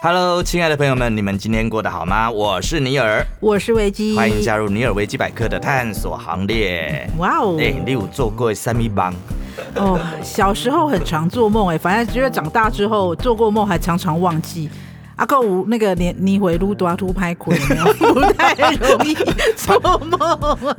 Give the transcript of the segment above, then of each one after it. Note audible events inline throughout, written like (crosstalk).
Hello，亲爱的朋友们，你们今天过得好吗？我是尼尔，我是维基，欢迎加入尼尔维基百科的探索行列。哇哦！哎、你有做过三米 (laughs) 棒？哦，小时候很常做梦哎、反正觉得长大之后做过梦还常常忘记。阿够五那个连你回撸多啊兔拍捆，不太容易做梦，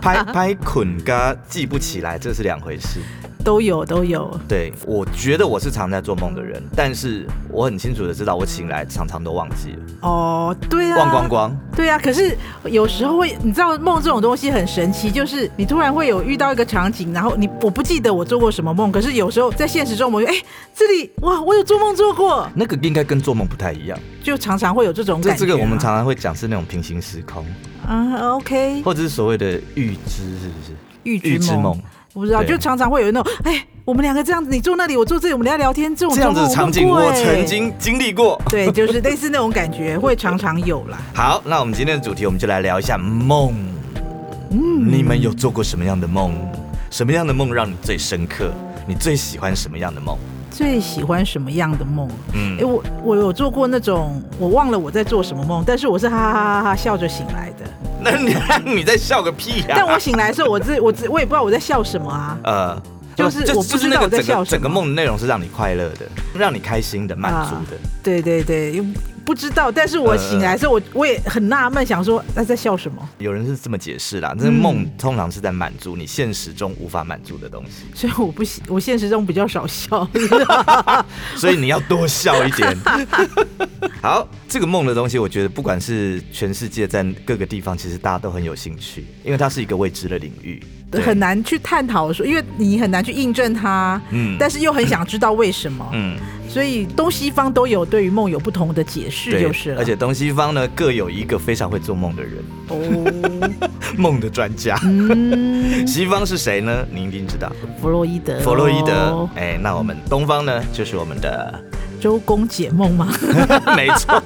拍拍捆跟记不起来，这是两回事。都有都有。对，我觉得我是常在做梦的人，但是我很清楚的知道，我醒来常常都忘记了，哦，对啊，忘光。光。对啊，可是有时候会，你知道梦这种东西很神奇，就是你突然会有遇到一个场景，然后你我不记得我做过什么梦，可是有时候在现实中我就哎、这里哇，我有做梦做过，那个应该跟做梦不太一样，就常常会有这种这感觉啊。这个我们常常会讲是那种平行时空，啊，OK，或者是所谓的预知，是不是？预预知梦，我不知道，对就常常会有那种，哎，我们两个这样子，你坐那里，我坐这里，我们俩聊天，这种这样子的状况场景我我问过曾哎经经历过。对，就是类似那种感觉，会常常有啦。好，那我们今天的主题，我们就来聊一下梦。嗯你们有做过什么样的梦？什么样的梦让你最深刻？你最喜欢什么样的梦？最喜欢什么样的梦？哎，嗯，我我有做过那种，我忘了我在做什么梦，但是我是哈哈哈哈哈笑着醒来的。 (laughs) 那你你在笑个屁呀、但我醒来的时候，我自我自我也不知道我在笑什么啊。呃，就是就我不就是知那道个我在整笑个什整个么梦的内容是让你快乐的，让你开心的、满足的。对对对，又不知道。但是我醒来的时候，我我也很纳闷，想说他在笑什么，有人是这么解释啦，那梦嗯通常是在满足你现实中无法满足的东西，所以我不喜我现实中比较少笑。所以你要多笑一点。 (laughs) 好，这个梦的东西，我觉得不管是全世界在各个地方，其实大家都很有兴趣，因为它是一个未知的领域，很。难去探讨说，因为你很难去印证它，嗯但是又很想知道为什么，嗯，所以东西方都有对于梦有不同的解释，对，就是了而且东西方呢各有一个非常会做梦的人，哦，梦的专家。嗯，哦西方是谁呢？你一定知道，弗洛伊德，弗洛伊德。，哎、那我们东方呢，就是我们的， (laughs) 周公解梦吗？ (laughs) 没错，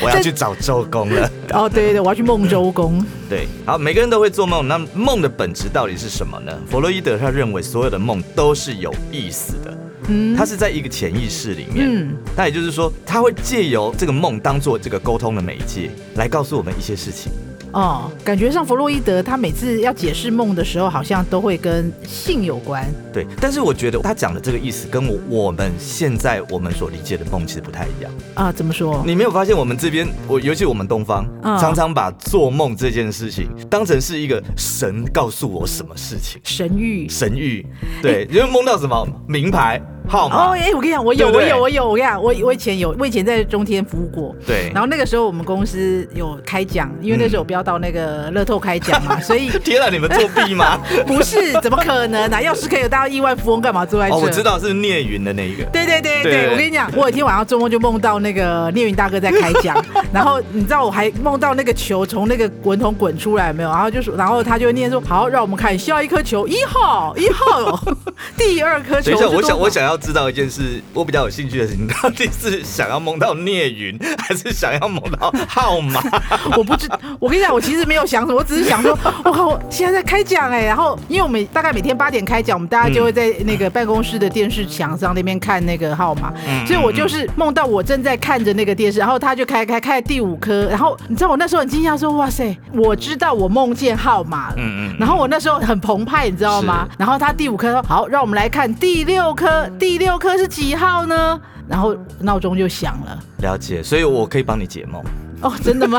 我要去找周公了。哦，对对对，我要去梦周公。对，好，每个人都会做梦，那梦的本质到底是什么呢？弗洛伊德他认为所有的梦都是有意思的，嗯它是在一个潜意识里面。嗯，那也就是说，他会借由这个梦当做这个沟通的媒介，来告诉我们一些事情。哦，感觉上弗洛伊德他每次要解释梦的时候，好像都会跟性有关。对，但是我觉得他讲的这个意思跟我我们现在我们所理解的梦其实不太一样。啊，怎么说？你没有发现我们这边，我尤其我们东方，嗯常常把做梦这件事情当成是一个神告诉我什么事情，神域。神谕，对，因为梦到什么名牌号哦，码，哎、我跟你讲，我有，对不对我有，我有，我跟你讲，我我以前有，我以前在中天服务过。对然，后那个时候我们公司有开奖，因为那时候有标到那个乐透开奖 (laughs) 嘛，所以天啊，你们作弊 (laughs) 吗？不是怎么可能啊？要是可以有当亿万富翁，干嘛坐在这？哦，我知。道是聂云的那一个，对对对对对对，我跟你讲，我有一天晚上做梦就梦到那个聂云大哥在开奖，然后你知道我还梦到那个球从那个滚筒滚出来没有？然后就说，然后他就念说：“好，让我们看下一颗球，一号，一号， (laughs) 第二颗球等一是下，我多少。”想我想要知道一件事，我比较有兴趣的是，你到底是想要梦到聂云， (laughs) 还是想要梦到号码？ (laughs) 我不知，我跟你讲，我其实没有想什么，我只是想说， (laughs) 我靠，我现在在开讲哎、然后因为我们大概每天八点开讲，我们大家就会在那个办公室的电视墙上那边看那个号码，嗯所以我就是梦到我正在看着那个电视，然后他就开开开第五颗，然后你知道我那时候很惊讶说，哇塞，我知道我梦见号码了。嗯嗯，然后我那时候很澎湃，你知道吗？然后他第五颗说好，让我们来看第六颗，第六颗是几号呢？然后闹钟就响了。 (laughs) 了解，所以我可以帮你解梦。哦，真的吗？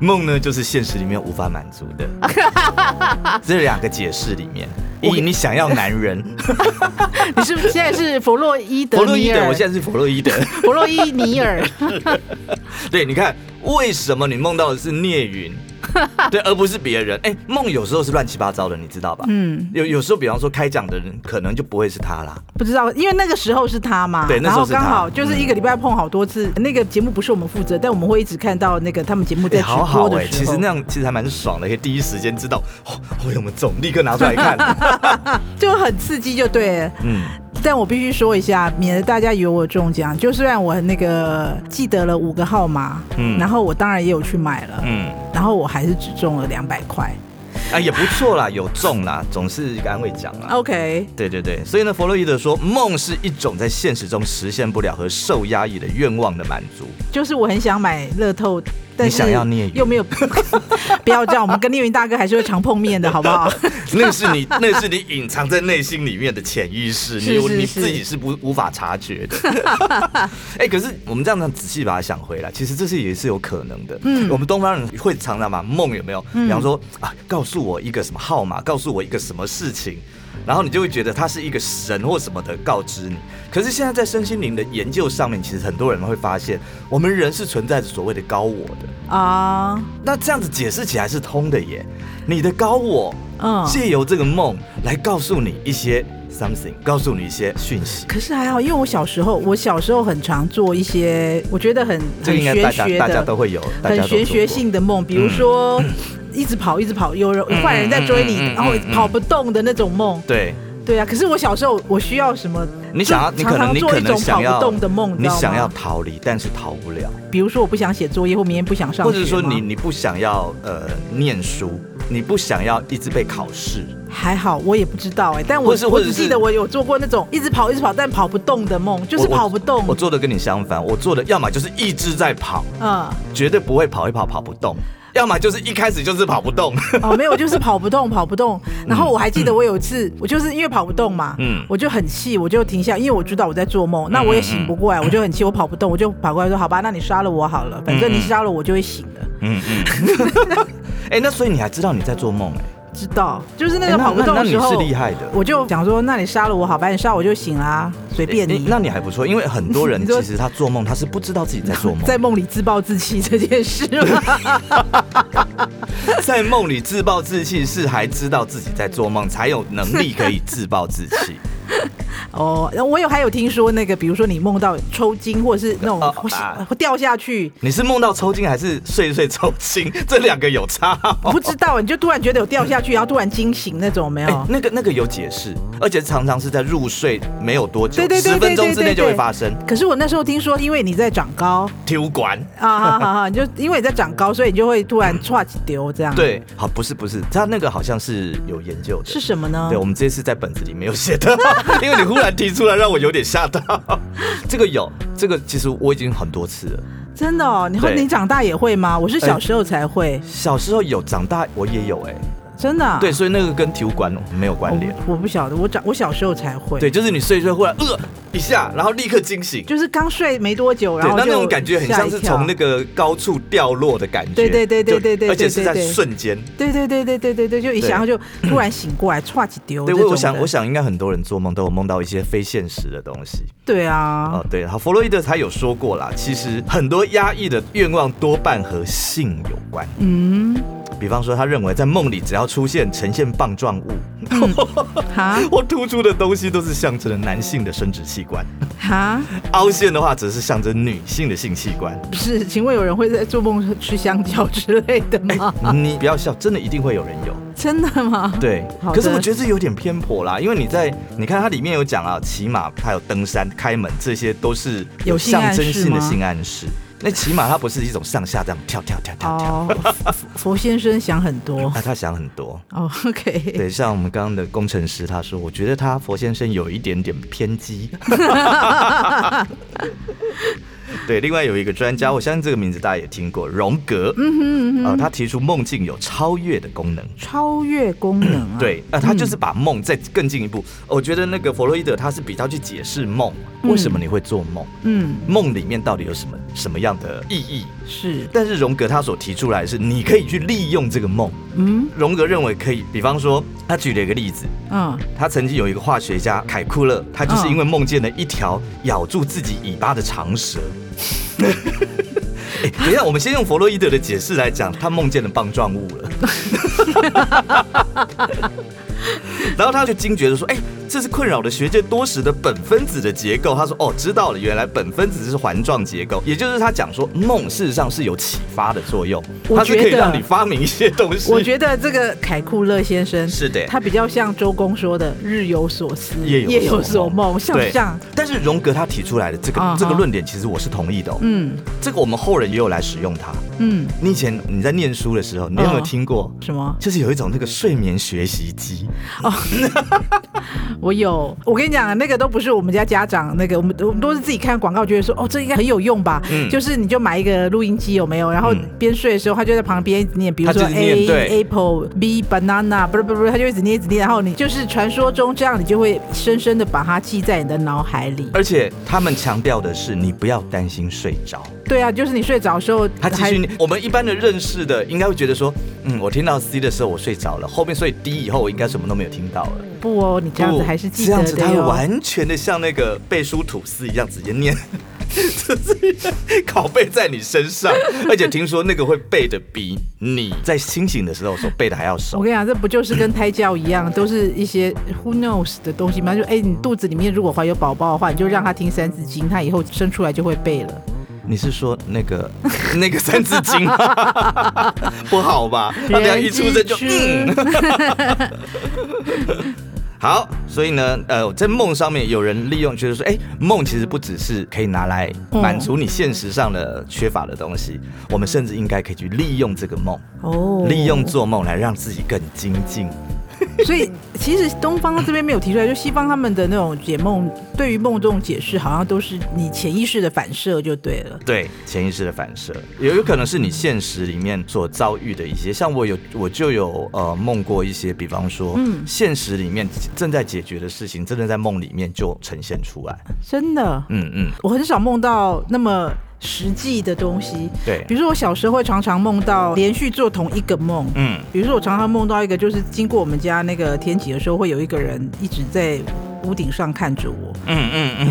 梦呢，就是现实里面无法满足的。 (laughs) 这两个解释里面，我一你想要男 (laughs) 人，你是不是现在是弗洛伊德弗洛伊尼尔？德，我现在是弗洛伊德。弗洛伊 (laughs) 尼尔。对，你看，为什么你梦到的是聂 (laughs) 云，对，而不是别人？哎，梦有时候是乱七八糟的，你知道吧？嗯，有有时候，比方说开讲的人，可能就不会是他啦。不知道，因为那个时候是他嘛，对那时然候后是他嗯刚好就是一个礼拜碰好多次。那个节目不是我们负责，但我们会一直看到那个他们节目在哎，直好好播的哎、时候。其实那样其实还蛮爽的，可以第一时间知道哦，我有没有中，立刻拿出来 (laughs) 看。就很刺激，就对了。嗯，但我必须说一下，免得大家以为我中奖。就虽然我那个记得了五个号码，嗯然后我当然也有去买了，嗯，然后我还是只中了两百块。啊，也不错啦，有中啦，总是一个安慰奖哦啦。 OK，对对对，所以呢，弗洛伊德说，梦是一种在现实中实现不了和受压抑的愿望的满足。就是我很想买乐透，但是想要聂云又没有， (laughs) 不要这样，我们跟聂云大哥还是会常碰面的，好 (laughs) 不好？那是你，那是你隐藏在内心里面的潜意识，你是是你是自己是不无法察觉的。 (laughs) 哎、可是我们这样子仔细把它想回来，其实这是也是有可能的。嗯，我们东方人会常常把梦有没有，嗯比方说啊，告诉我一个什么号码，告诉我一个什么事情。然后你就会觉得它是一个神或什么的告知你。可是现在在身心灵的研究上面，其实很多人会发现，我们人是存在着所谓的高我的。啊、那这样子解释起来是通的耶。你的高我，嗯嗯，借由这个梦来告诉你一些 something，告诉你一些讯息。可是还好，因为我小时候，我小时候很常做一些我觉得很这个应很该玄大家学大家的都、会嗯有，大家很都玄学做性的梦，比如说。一直跑，一直跑，有人嗯坏人在追你，嗯嗯嗯然后嗯跑不动的那种梦过。。对，对啊，可是我小时候我需要什么？你想要，就你可常能常你做可一能种想跑要不动的梦，你知道想吗要，逃离，但是逃不了，比如说我不想写作业，或明天不想上或学吗，者说你你不想要呃念书，你不想要一直被考试，还好，我也不知道哎、但我或是我或者只是记得我有做过那种一直跑一直跑但跑不动的梦，就是我我跑不动我。做的跟你相反，我做的要么就是一直在跑，嗯，绝对不会跑一跑跑不动，要么就是一开始就是跑不动。哦，没有，就是跑不动，跑 (laughs) 不动。然后我还记得我有一次，我就是因为跑不动嘛，嗯嗯，我就很气，我就停下，因为我知道我在做梦，那我也醒不过嗯来，我就很气，我跑不动，我就跑过来说：“好吧，那你杀了我好了，反正你杀了我就会醒的。嗯嗯。 (laughs) 哎、那所以你还知道你在做梦哎、知道，就是那哎个那跑不动那那的时候，你是厉害的我就想说：“那你杀了我好吧，你杀我就醒啦、随便哎你。那你还不错，因为很多人 (laughs) 你说其实他做梦，他是不知道自己在做梦，在梦里自暴自弃这件事吗？在梦里自暴自弃，是还知道自己在做梦，才有能力可以自暴自弃。 (laughs) 哦，然后我有还有听说那个，比如说你梦到抽筋，或者是那种哦会啊会掉下去，你是梦到抽筋还是睡一睡抽筋？ (laughs) 这两个有差我哦、不知道，你就突然觉得有掉下去，然后突然惊醒那 (laughs) 种，有没哎、 (laughs) 有？那个那个有解释，而且常常是在入睡没有多久，对对对十分钟之对内对就会发生。可是我那时候听说，因为你在长 (laughs) 高体无管。啊，哈哈哈，你就因为你在长高，所以你就会突然歘起丢这样。，对，好，不是不是，他那个好像是有研究的，是什么呢对，？我们这次在本子里没有写的， (laughs) 因为你忽然提出来，让我有点吓到。 (laughs) 这个有，这个其实我已经很多次了。真的哦，你会对你长大也会吗？我是小时候才会，小时候有，长大我也有、哎、真的啊。哦对，所以那个跟体育馆没有关联。我我不晓得，我长我小时候才会。对，。就是你睡一睡，忽然呃一下，然后立刻惊醒。就是刚睡没多久，对然，后那就那种感觉很像是从那个，个高处掉落的感觉。对对对对就对对而且是对在对哦对瞬间。对对对对对对对，就一对想就突然醒过来，歘起丢。对，这我我种想的我想应该很多人做梦都有梦到一些非现实的东西。对啊，哦，对，好，弗洛伊德他有说过啦，其实很多压抑的愿望多半和性有关。嗯，比方说，他认为在梦里只要出现呈现棒状物哈或突出的东西，都是象征了男性的生殖器官；哈，凹陷的话，则是象征女性的性器官。不是？请问有人会在做梦吃香蕉之类的吗？你不要笑，真的一定会有人有。哎真的吗？对，好的可是我觉得这有点偏颇啦，因为你在你看它里面有讲啊，骑马还有登山、开门，这些都是有性象暗示征性的吗性暗示。那骑马它不是一种上下这样跳跳跳跳跳，哦，佛佛先生想很多那、他想很多。哦。OK，对，像我们刚刚的工程师，他说，我觉得他佛先生有一点点偏激。 (laughs) 对，另外有一个专家，我相信这个名字大家也听过，荣格，嗯哼呃，他提出梦境有超越的功能。超越功能啊。对，呃，他就是把梦再更进一步。我觉得那个弗洛伊德他是比较去解释梦，为什么你会做梦，嗯，梦里面到底有什么什么样的意义。是，但是荣格他所提出来的是，你可以去利用这个梦。嗯荣格认为可以，比方说，他举了一个例子，嗯，他曾经有一个化学家凯库勒，他就是嗯因为梦见了一条咬住自己尾巴的长蛇。 (laughs) 哎等一下，我们先用弗洛伊德的解释来讲，他梦见了棒状物了。 (laughs) 然后他就惊觉的说：“哎、这是困扰了学界多时的苯分子的结构。”他说：“哦，知道了，原来苯分子是环状结构，也就是他讲说梦事实上是有启发的作用，我它是可以觉得让你发明一些东西。”我觉得这个凯库勒先生是的他比较像周公说的“日有所思，夜有有所梦”，像不对像？但是荣格他提出来的这个、啊哈这个论点，其实我是同意的、哦。嗯这个我们后人也有来使用它。嗯，你以前你在念书的时候，你有没有嗯听过？什么？就是有一种那个睡眠学习机，我有，我跟你讲，那个都不是我们家家长那个，我们我们都是自己看广告，觉得说哦，这应该很有用吧。嗯就是你就买一个录音机有没有？然后嗯边睡的时候，他就在旁边一直念，比如说他就是念 A 对 apple B banana，不是不是不是，他就一直念一直念，然后你就是传说中这样，你就会深深的把它记在你的脑海里。而且他们强调的是你不要担心睡着。对啊，就是你睡着的时候，他继还续念，我们一般的认识的应该会觉得说，嗯，我听到 C 的时候我睡着了，后面所以 D 以后我应该什么都没有听到了。不哦，你这样子还是记这得样子，的他会哟。完全的像那个背书吐司一样直接念， (laughs) 就是拷贝在你身上，而且听说那个会背的比你在清醒的时候所背的还要我熟。跟你讲，这不就是跟胎教一样，都是一些 who knows 的东西吗？就哎、你肚子里面如果怀有宝宝的话，你就让他听《三字经》，他以后生出来就会背了。你是说那个 (laughs) 那个三字经 (laughs) 吗不好吧？他等下一出生就嗯。好，所以呢，呃，在梦上面有人利用，就是说，哎、梦其实不只是可以拿来满足你现实上的缺乏的东西，我们甚至应该可以去利用这个梦，哦利用。做梦来让自己更精进。所以其实东方这边没有提出来，就西方他们的那种解梦，对于梦这种解释，好像都是你潜意识的反射就对了。对，潜意识的反射，也有可能是你现实里面所遭遇的一些，像我有我就有呃梦过一些，比方说，嗯现实里面正在解决的事情，真的在梦里面就呈现出来。真的，嗯嗯，我很少梦到那么实际的东西。对比，如说我小时候会常常梦到连续做同一个梦，嗯，比如说，我常常梦到一个，就是经过我们家那个天井的时候，会有一个人一直在屋顶上看着我，嗯嗯嗯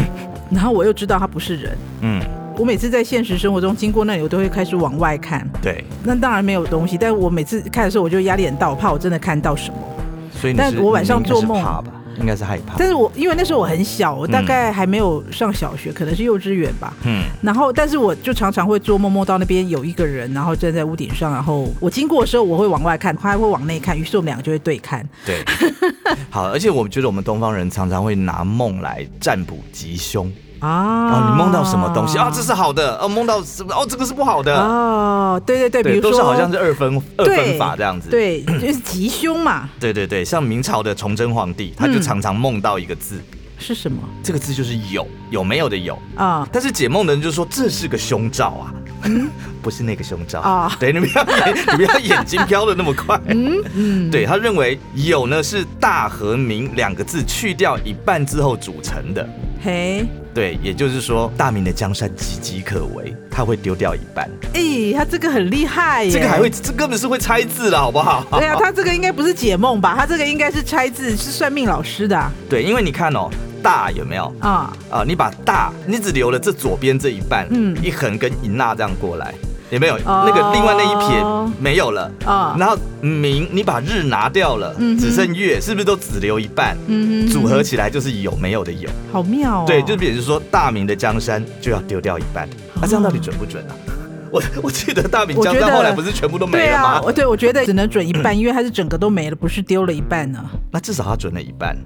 然后我又知道他不是人。嗯，我每次在现实生活中经过那里，我都会开始往外看。对，那当然没有东西，但我每次看的时候，我就压力很大，我怕我真的看到什么。所以你但是我晚上你应该是做梦怕吧，应该是害怕。但是我因为那时候我很小，我大概还没有上小学，可能是幼稚园吧。嗯，然后，但是我就常常会做梦，梦到那边有一个人，然后站在屋顶上，然后我经过的时候，我会往外看，他还会往内看，于是我们两个就会对看。 (laughs) 对，好，而且我觉得我们东方人常常会拿梦来占卜吉凶啊，啊你梦到什么东西啊？这是好的，哦，梦到什么？哦，这个是不好的。哦，对对对，比对，如说都是好像是二分二对分法这样子。对，就是吉凶嘛，对对对，像明朝的崇祯皇帝，他就嗯常常梦到一个字，是什么这个字就是有，有没有的有。啊？但是解梦的人就说这是个胸罩啊， (laughs) 不是那个胸罩嗯啊对，你不要你不要眼睛飘的那么快。嗯，对他认为有呢是大和明两个字去掉一半之后组成的。嘿，对，也就是说，大明的江山岌岌可危，他会丢掉一半。哎，他这个很厉害耶，这个还会，。这根本是会猜字了，好不好？对啊，他这个应该不是解梦吧？他这个应该是拆字，是算命老师的啊对，因为你看哦，大有没有？啊。啊，你把大，你只留了这左边这一半，嗯一横跟一捺这样过来，有没有？哦那个另外那一撇没有了，啊然后明你把日拿掉了，嗯哼只剩月，是不是都只留一半？嗯哼组合起来就是有没有的有，好妙哦！对，就比如说大明的江山就要丢掉一半，那、这样到底准不准啊？ (laughs) 我我记得大明哦我江觉山得后来不是全部都没对了啊，吗？我对我觉得只能准一半，因为他是整个都没了，不是丢了一半呢。那至少他准了一 (laughs) 半，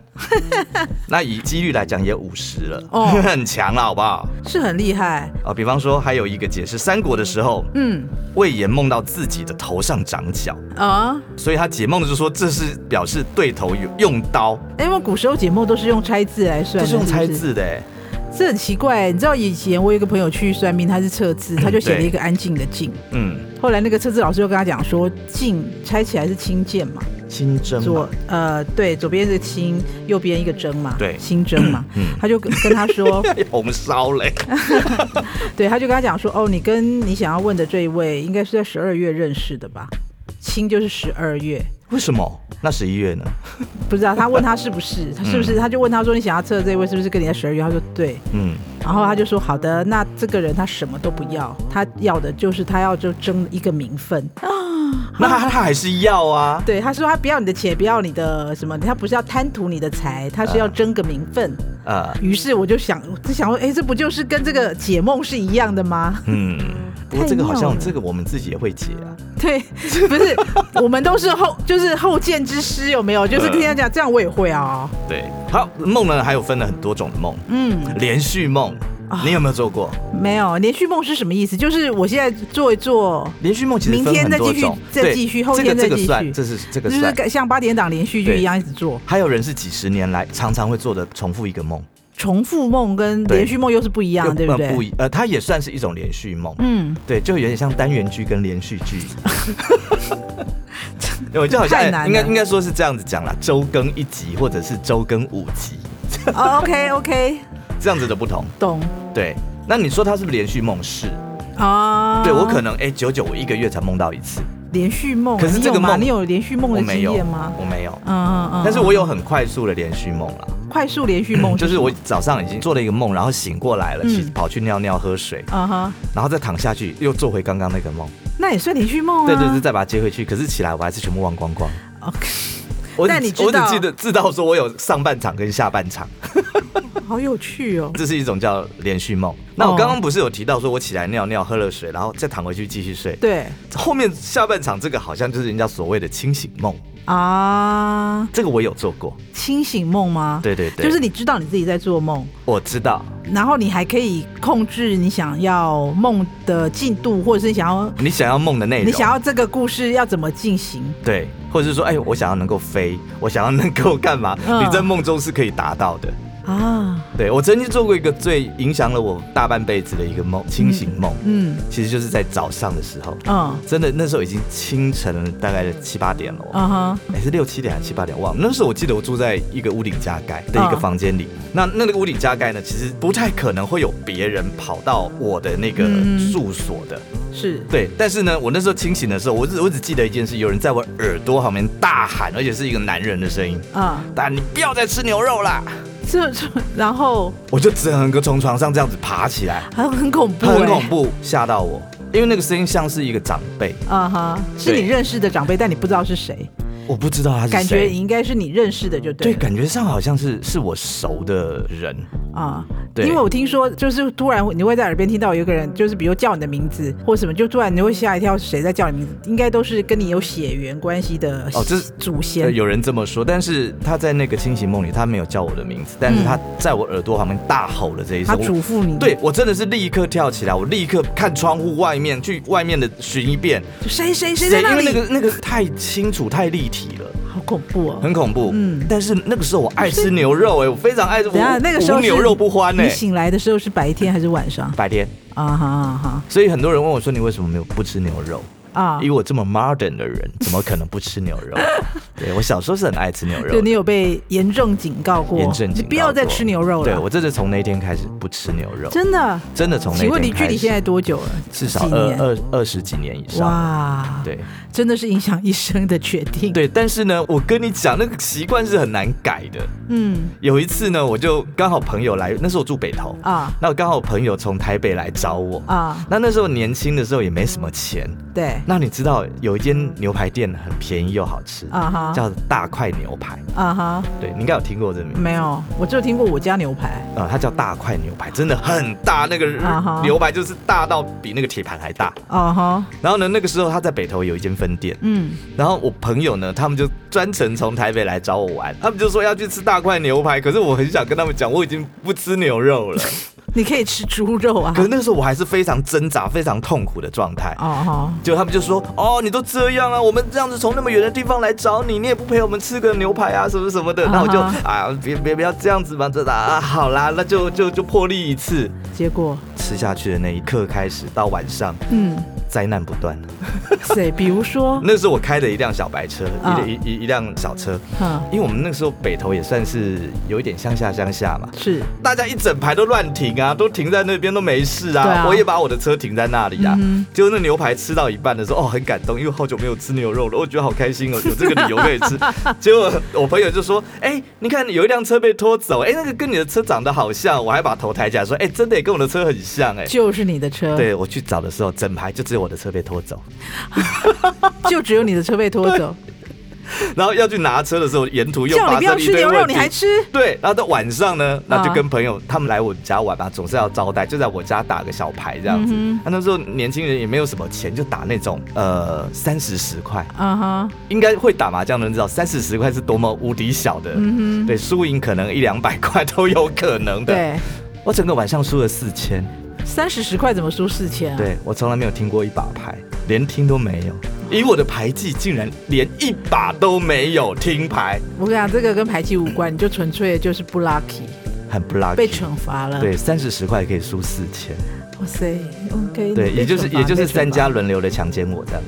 那以几率来讲也五十了，哦 (laughs) 很强了，好不好？是很厉害。啊，比方说还有一个解释，三国的时候，嗯魏延梦到自己的头上长角，啊，所以他解梦的就说这是表示对头有用刀，因为古时候解梦都是用拆字来算这的，是用不猜字的、欸。这很奇怪，你知道以前我有一个朋友去算命，他是测字，他就写了一个安静的静。嗯，后来那个测字老师就跟他讲说，静拆起来是清剑嘛，清真左嘛，呃对，左边是清，右边一个蒸嘛，对清蒸嘛。嗯他就跟跟他 (laughs) 说，红烧 (laughs) 嘞，对，他就跟他讲说，哦，你跟你想要问的这一位应该是在十二月认识的吧？清就是十二月，为什么？那十一月呢？不知道他问他是不是，他是不是？他就问他说，你想要测的这一位是不是跟你在十二月？他说对。嗯，然后他就说好的，那这个人他什么都不要，他要的就是他要就争一个名分。啊那他他还是要啊，对，他说他不要你的钱，不要你的什么，他不是要贪图你的财，他是要争个名分。呃，于是我就想，就想说，哎，这不就是跟这个解梦是一样的吗？ (laughs) 嗯，不过这个好太妙像了这个我们自己也会解啊，对，不是，我们都是后就是后见之师，有没有？就是跟人家讲，这样我也会啊。对，好，梦呢还有分了很多种的梦，嗯，啊连续梦，你有没有做过？没有连续梦是什么意思？就是我现在做一做，连续梦其实分很多种，明天再继续再继续对后天再这个这继个续算，这是这就个算。是像八点档连续剧一样一直做，还有人是几十年来常常会做的重复一个梦，重复梦跟对连续梦又是不一样，又对不呃不对？一呃，它也算是一种连续梦，嗯，对，就有点像单元剧跟连续 (laughs) 剧。对，我就好像哎太难了应该应该说是这样子讲啦，周更一集或者是周更五集，哦，OK (laughs) OK，这样子的不同。懂对，那你说它是不是连续梦是？啊。对我可能哎，久久我一个月才梦到一次，连续梦，可是你这个有吗梦你有连续梦我的没经有验吗？，我没有，嗯嗯嗯。但是我有很快速的连续梦啦。快速连续 (clears throat) 梦，就是我早上已经做了一个梦，然后醒过来了，嗯去跑去尿尿喝水，啊哈，然后再躺下去又做回刚刚那个梦，那也算连续梦啊。对对对，再把它接回去。可是起来我还是全部忘光光。 OK，我只但你知道我只记得知道说我有上半场跟下半场，好有趣哦。这是一种叫连续梦。那哦我刚刚不是有提到说我起来尿尿喝了水，然后再躺回去继续睡。对后面下半场这个好像就是人家所谓的清醒梦，啊，这个我有做过。清醒梦吗？对对对，就是你知道你自己在做梦，我知道然后你还可以控制你想要梦的进度，或者是你想要你想要梦的内容，你想要这个故事要怎么进行。对，或者是说，哎、我想要能够飞，我想要能够干嘛？嗯你在梦中是可以达到的。啊，对我曾经做过一个最影响了我大半辈子的一个梦，清醒梦，嗯其实就是在早上的时候，嗯真的那时候已经清晨大概七八点了哦。嗯哼，哎，是六七点还是七八点？忘了。那时候我记得我住在一个屋顶加盖的一个嗯房间里。那那个屋顶加盖呢，其实不太可能会有别人跑到我的那个嗯住所的。是对，但是呢，我那时候清醒的时候，我只我只记得一件事，有人在我耳朵旁边大喊，而且是一个男人的声音，啊，大喊你不要再吃牛肉啦！这这然后我就整个从床上这样子爬起来，还很恐怖、欸，很恐怖，吓到我，因为那个声音像是一个长辈，啊哈，是你对认识的长辈，但你不知道是谁，我不知道他是谁，感觉应该是你认识的就对，对了。感觉上好像是是我熟的人，啊，对因为我听说，就是突然你会在耳边听到有一个人，就是比如叫你的名字或什么，就突然你会吓一跳，谁在叫你名字？应该都是跟你有血缘关系的哦这是祖呃先。有人这么说，但是他在那个清醒梦里，他没有叫我的名字，但是他在我耳朵旁边大吼了这一嗯他声，我嘱咐你，对，我真的是立刻跳起来，我立刻看窗户外面，去外面的寻一遍，谁谁谁在那因为里？那个那个太清楚、太立体了，好恐怖哦！很恐怖。嗯嗯，但是那个时候我爱吃牛肉、哎，我非常爱吃，等一下我那个时候无是牛肉不欢呢、哎你醒来的时候是白天还是晚上？白天，啊哈啊哈所以很多人问我说：“你为什么没有不吃牛肉？”啊以！我这么 modern 的人，怎么可能不吃牛肉？ (laughs) 对我小时候是很爱吃牛就肉你的，有被严重警告过，严正你警告不要再过吃牛肉了。对我真的从那一天开始不吃牛肉，真的。真的从那一请问离天距开离现始，在多久了？至少几二年二二十几年以上。哇，对真的是影响一生的决定。，对，但是呢，我跟你讲，那个习惯是很难改的。嗯有一次呢，我就刚好朋友来，那时候我住北投，啊那我刚好朋友从台北来找我。啊，那那时候年轻的时候也没什么钱，对那你知道有一间牛排店很便宜又好吃，啊哈叫大块牛排。啊哈，对，你应该有听过这个名字。没有，我只有听过我家牛排呃，它叫大块牛排，真的很大，那个啊哈牛排就是大到比那个铁盘还大。啊哈，然后呢，那个时候他在北投有一间分店，嗯，然后我朋友呢，他们就专程从台北来找我玩，他们就说要去吃大块牛排，可是我很想跟他们讲，我已经不吃牛肉 (laughs) 了。你可以吃猪肉啊可，是那个时候我还是非常挣扎、非常痛苦的状态。哦哈，结果他们就说：“哦，你都这样啊，我们这样子从那么远的地方来找你，你也不陪我们吃个牛排啊，什么什么的。”啊哈那我就哎啊，别别不要这样子嘛，这啊，好啦，那就就就破例一次，结果吃下去的那一刻开始到晚上，嗯，灾难不断。谁？比 (laughs) 如说，那是我开的一辆小白车，啊一一一一辆小车，嗯，因为我们那时候北投也算是有一点乡下乡下嘛，是，大家一整排都乱停啊，都停在那边都没事啊。对啊我也把我的车停在那里啊。嗯结果那牛排吃到一半的时候，哦，很感动，因为好久没有吃牛肉了，我觉得好开 (laughs) 心哦，有这个理由可以吃。结果我朋友就说：“哎、你看有一辆车被拖走，哎、那个跟你的车长得好像。”我还把头抬起来说：“哎、真的耶跟我的车很像哎、就是你的车，，对我去找的时候，整排就只有我的车被拖走，就只有你的车被拖走，然后要去拿车的时候，沿途又叫你发不要生一吃堆牛肉，问你题。还吃，对，然后到晚上呢，那就啊跟朋友他们来我家玩嘛，总是要招待，就在我家打个小牌这样子。嗯他那时候年轻人也没有什么钱，就打那种呃三四十块，嗯哼，应该会打麻将的人知道三四十块是多么无敌小的，嗯哼，对，输赢可能一两百块都有可能的。对，我整个晚上输了四千，三十十块怎么输四千啊？，对我从来没有听过一把牌，连听都没有。以我的牌技，竟然连一把都没有听牌，我跟你讲，这个跟排气无关，你就纯粹就是不 lucky，很不拉。被惩罚了。对，三四十块可以输四千。哇塞，OK，对，你也被就是惩罚也就是被惩罚三家轮流的强奸我这样。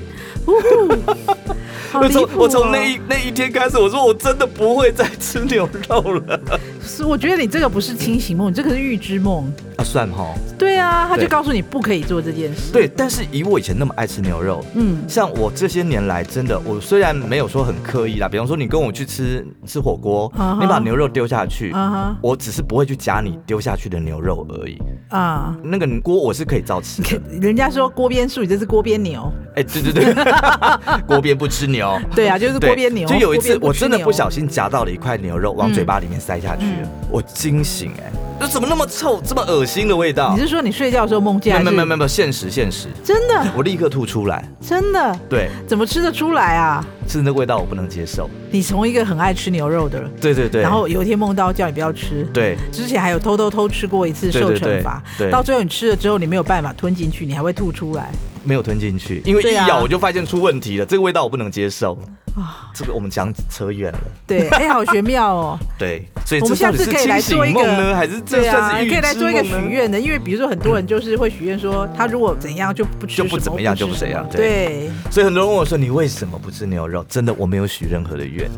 呜呼 (laughs) 好我离谱从哦我从那一那一天开始，我说我真的不会再吃牛肉了。是，我觉得你这个不是清醒梦，你这个是预知梦。 (laughs) 啊，算哈。对啊，他就对告诉你不可以做这件事。对，但是以我以前那么爱吃牛肉，嗯，像我这些年来，真的，我虽然没有说很刻意啦，比方说你跟我去吃吃火锅啊哈你把牛肉丢下去啊我只是不会去夹你丢下去的牛肉而已。哈啊，那个锅我是可以照吃的。人家说锅边树，你这是锅边牛。哎、对对对， (laughs) 锅边不吃牛。对啊，就是对锅边牛。就有一次锅边我吃真的牛不小心夹到了一块牛肉，往嘴巴里面塞下去嗯了，我惊醒哎、这怎么那么臭，这么恶心的味道你？是说你睡觉的时候梦见？哦没有没有没有有，没有，现实现实，真的我立刻吐出来。真的，对，怎么吃得出来啊？是那味道我不能接受。你从一个很爱吃牛肉的人，对对对，然后有一天梦到叫你不要吃，对之前还有偷偷偷吃过一次对受对惩罚对，对到最后你吃了之后你没有办法吞进去，你还会吐出来。没有吞进去，因为一对啊咬我就发现出问题了，这个味道我不能接受。啊这个我们讲扯远了。 (laughs) 对，哎、好玄妙哦！对，所以我哎这们到下底次是可以清来做一醒个梦呢，还是这对啊，算是可预以来知做一个梦许呢？愿的，因为比如说很多人就是会许愿说，他如果怎样就不吃就不什怎么样就不吃怎什样对对，所以很多人问我说：“你为什么不吃牛肉？”真的，我没有许任何的愿。 (laughs)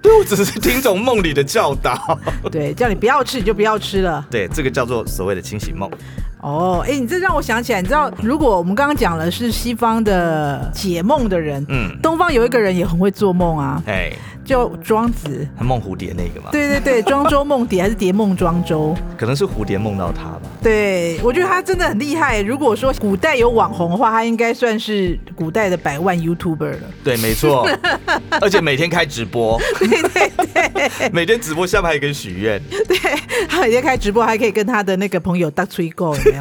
对，我只是听从梦里的教导。对， (laughs) 叫你不要吃你就不要吃了。 (laughs) 对，这个叫做所谓的清醒梦。哦，哎，你这让我想起来，你知道，如果我们刚刚讲了是西方的解梦的人，嗯，东方有一个人也很会做梦啊，哎，叫庄子。梦蝴蝶那个嘛，对对对，庄周梦蝶还是蝶梦庄周？可能是蝴蝶梦到 (laughs) 他吧。对，我觉得他真的很厉害。如果说古代有网红的话，他应该算是古代的百万 YouTuber 了。对，没 (laughs) 错，而且每天开直 (laughs) 播，对对对，每天直播下面还可以许愿，对他每天开直播，还可以跟他的那个朋友大吹够，有 (laughs) 没有？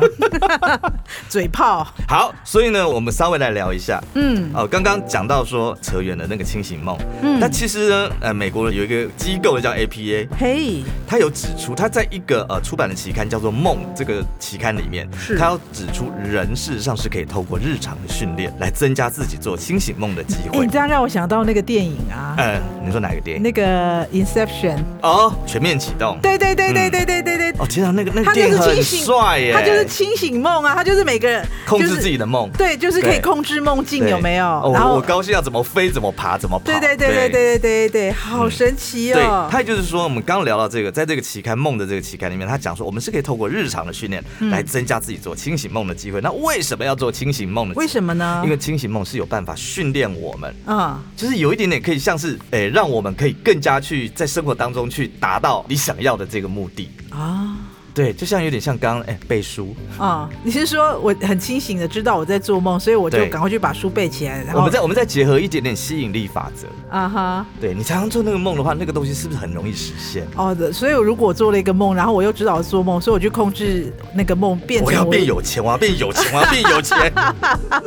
嘴炮，好，所以呢，我们稍微来聊一下嗯哦。刚刚讲到说扯远了那个清醒梦，嗯那其实呢，呃，美国有一个机构叫 APA，嘿，它有指出，它在一个呃出版的期刊叫做《梦》这个期刊里面，是它要指出人事实上是可以透过日常的训练来增加自己做清醒梦的机哎、会你。这样让我想到那个电影啊，嗯，你说哪个电影？那个 Inception，哦，全面启动。对对对对对对对对，哦，天啊，那个那个他就电是影清很醒帅耶，他就是清醒梦啊，他就是每个人控制自己。的梦就。是对，就是可以对控制梦境，对有没有？哦、然我后我，高兴要怎么飞，怎么爬，怎么跑。对对对对对对对对，好神奇对，哦！他也就是说，我们刚聊到这个，在这个期刊《梦》的这个期刊里面，他讲说，我们是可以透过日常的训练嗯来增加自己做清醒梦的机会。那为什么要做清醒梦呢？为什么呢？因为清醒梦是有办法训练我们，嗯，就是有一点点可以像是，诶、让我们可以更加去在生活当中去达到你想要的这个目的。啊对，就像有点像刚刚诶背书，啊、你是说我很清醒的知道我在做梦，所以我就对赶快去把书背起来，然我后们再我们再结合一点点吸引力法则。啊哈。对你常常做那个梦的话，那个东西是不是很容易实现？哦的，所以我如果做了一个梦，然后我又知道我做梦，所以我去控制那个梦变成我要变有钱，我要变有钱，我要变有钱。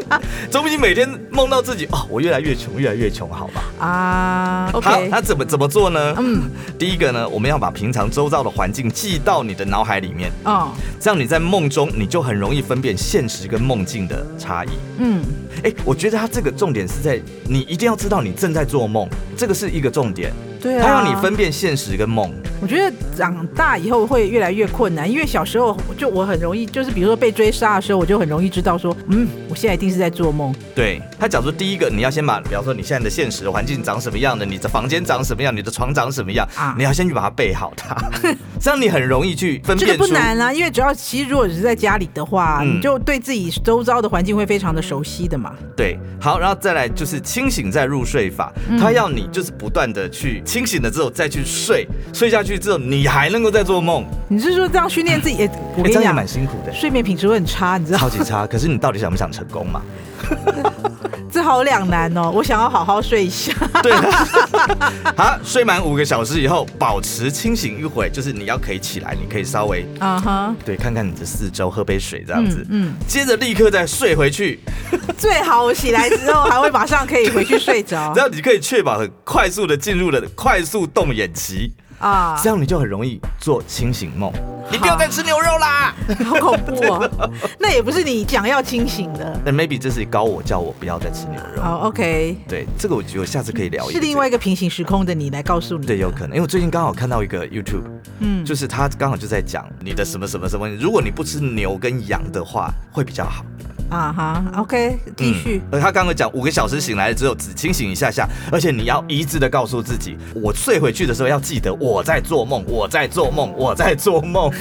(laughs) (laughs) 总比你每天梦到自己哦，我越来越穷，越来越穷，好吧？啊好， ，OK，那怎么怎么做呢？嗯，第一个呢，我们要把平常周遭的环境记到你的脑海里面，哦，这样你在梦中你就很容易分辨现实跟梦境的差异。嗯，哎，我觉得他这个重点是在你一定要知道你正在做梦，这个是一个重点，对啊，他让你分辨现实跟梦。我觉得长大以后会越来越困难，因为小时候就我很容易，就是比如说被追杀的时候，我就很容易知道说，嗯，我现在一定是在做梦。对他讲说，第一个你要先把，比方说你现在的现实环境长什么样的，你的房间长什么样，你的床长什么样，啊你要先去把它备好它， (laughs) 这样你很容易去分这辨个出。不难啊，因为只要其实如果只是在家里的话，嗯你就对自己周遭的环境会非常的熟悉的嘛。对，好，然后再来就是清醒再入睡法，嗯他要你就是不断的去清醒了之后再去睡，睡下去之后你还能够再做梦，你是说这样训练自己？也我哎跟这你样也讲，啊蛮辛苦的，睡眠品质会很差，你知道吗 (laughs) 超级差。可是你到底想不想成功嘛？这好两难哦。我想要好好睡 (laughs) 一下，对，好，睡满五个小时以后，保持清醒一会，就是你要可以起来，你可以稍微啊哈，对看看你的四周，喝杯水这样子，嗯接着立刻再睡回去，最好我起来之后还会马上可以回去 (laughs) 睡着这样你可以确保很快速的进入了快速动眼期，啊，这样你就很容易做清醒梦。你不要再吃牛肉啦。好恐怖 (laughs) 哦。那也不是你想要清醒的。那 maybe 这是高我叫我不要再吃牛肉。好，OK，对，这个我觉得我下次可以聊一是下另外一个平行时空的你来告诉你。对，有可能，因为我最近刚好看到一个 YouTube，嗯，就是他刚好就在讲你的什么什么什么，如果你不吃牛跟羊的话，会比较好。啊哈，OK，继嗯续。而他刚刚讲五个小时醒来了之后，只清醒一下下，而且你要一致的告诉自己，我睡回去的时候要记得我在做梦，我在做梦，我在做 (laughs) 梦。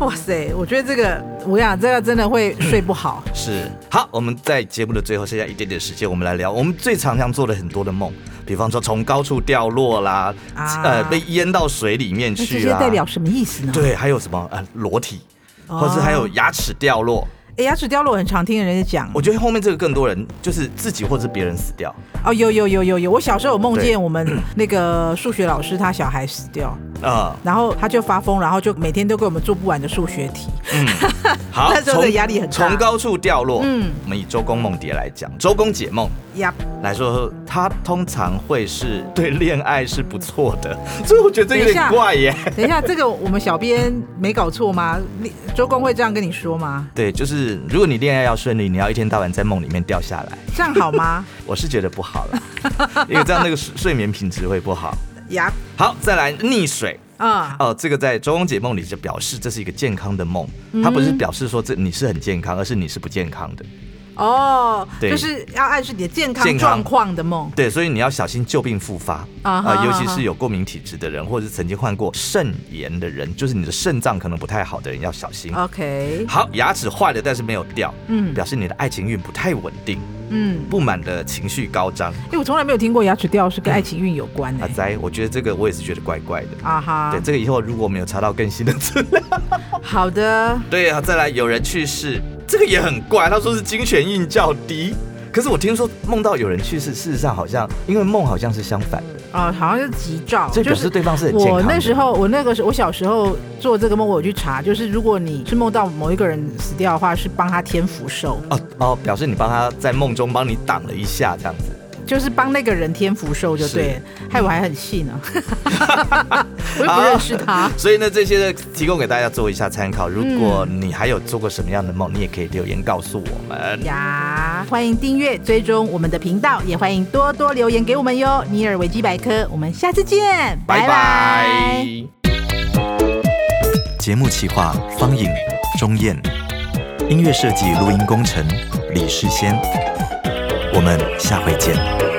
哇塞，我觉得这个，我跟你讲这个真的会睡不好。是，好，我们在节目的最后剩下一点点时间，我们来聊我们最常常做的很多的梦，比方说从高处掉落啦，啊呃，被淹到水里面那这去啊些啦，代表什么意思呢？，对，还有什么呃裸体，或是还哦有牙齿掉落。哎，牙齿掉落我很常听人家讲。我觉得后面这个更多人就是自己或者是别人死掉，哦，有有有有有，我小时候有梦对见我们那个数学老师他小孩死掉，啊、然后他就发疯，然后就每天都给我们做不完的数学题。好，那时候的压力很大从高处掉落。嗯嗯，我们以周公梦蝶来讲，周公解梦呀，来说，他通常会是对恋爱是不错的，所以我觉得这有等一点下怪耶。等一下，这个我们小编没搞错吗？你周公会这样跟你说吗？对，就是如果你恋爱要顺利，你要一天到晚在梦里面掉下来，这样好 (laughs) 吗？我是觉得不好 (laughs) 了，因为这样那个睡睡眠品质会不好。呀，好，再来溺水啊，哦，这个在《周公解梦》里就表示这是一个健康的梦，它不是嗯表示说这你是很健康，而是你是不健康的。哦，对就是要暗示你的健健康康状况的梦。对，所以你要小心旧病复发啊哈呃尤啊其哈是有过敏体质的人，或者是曾经患过肾炎的人，就是你的肾脏可能不太好的人要小心。 OK，好，牙齿坏了但是没有掉，嗯，啊嗯表示你的爱情运不太稳定，嗯，不满的情绪高涨。因为我从来没有听过牙齿掉是跟爱情运有关的、阿仔，我觉啊得这个我也是觉得怪怪的。哎啊哈对，，这个以后如果没有查到更新的资料，好的，对啊，再来有人去世，这个也很怪。他说是金泉印较低，可是我听说梦到有人去世，事实上好像因为梦好像是相反，啊，好像是吉兆，所以就表是示对方是很健康我的。那时候，我那个时候，我小时候做这个梦，我有去查，就是如果你是梦到某一个人死掉的话，是帮他添福寿，哦哦，表示你帮他在梦中帮你挡了一下，这样子。就是帮那个人添福寿就对了。害我还很细呢， (laughs) 我又不啊认识他。所以呢，这些呢提供给大家做一下参考。如果你还有做过什么样的梦，你也可以留言告诉我们。呀，欢迎订阅、追踪我们的频道，也欢迎多多留言给我们哟。尼尔维基百科，我们下次见，拜拜。节目企划方颖、钟燕，音乐设计、录音工程李世先。我们下回见。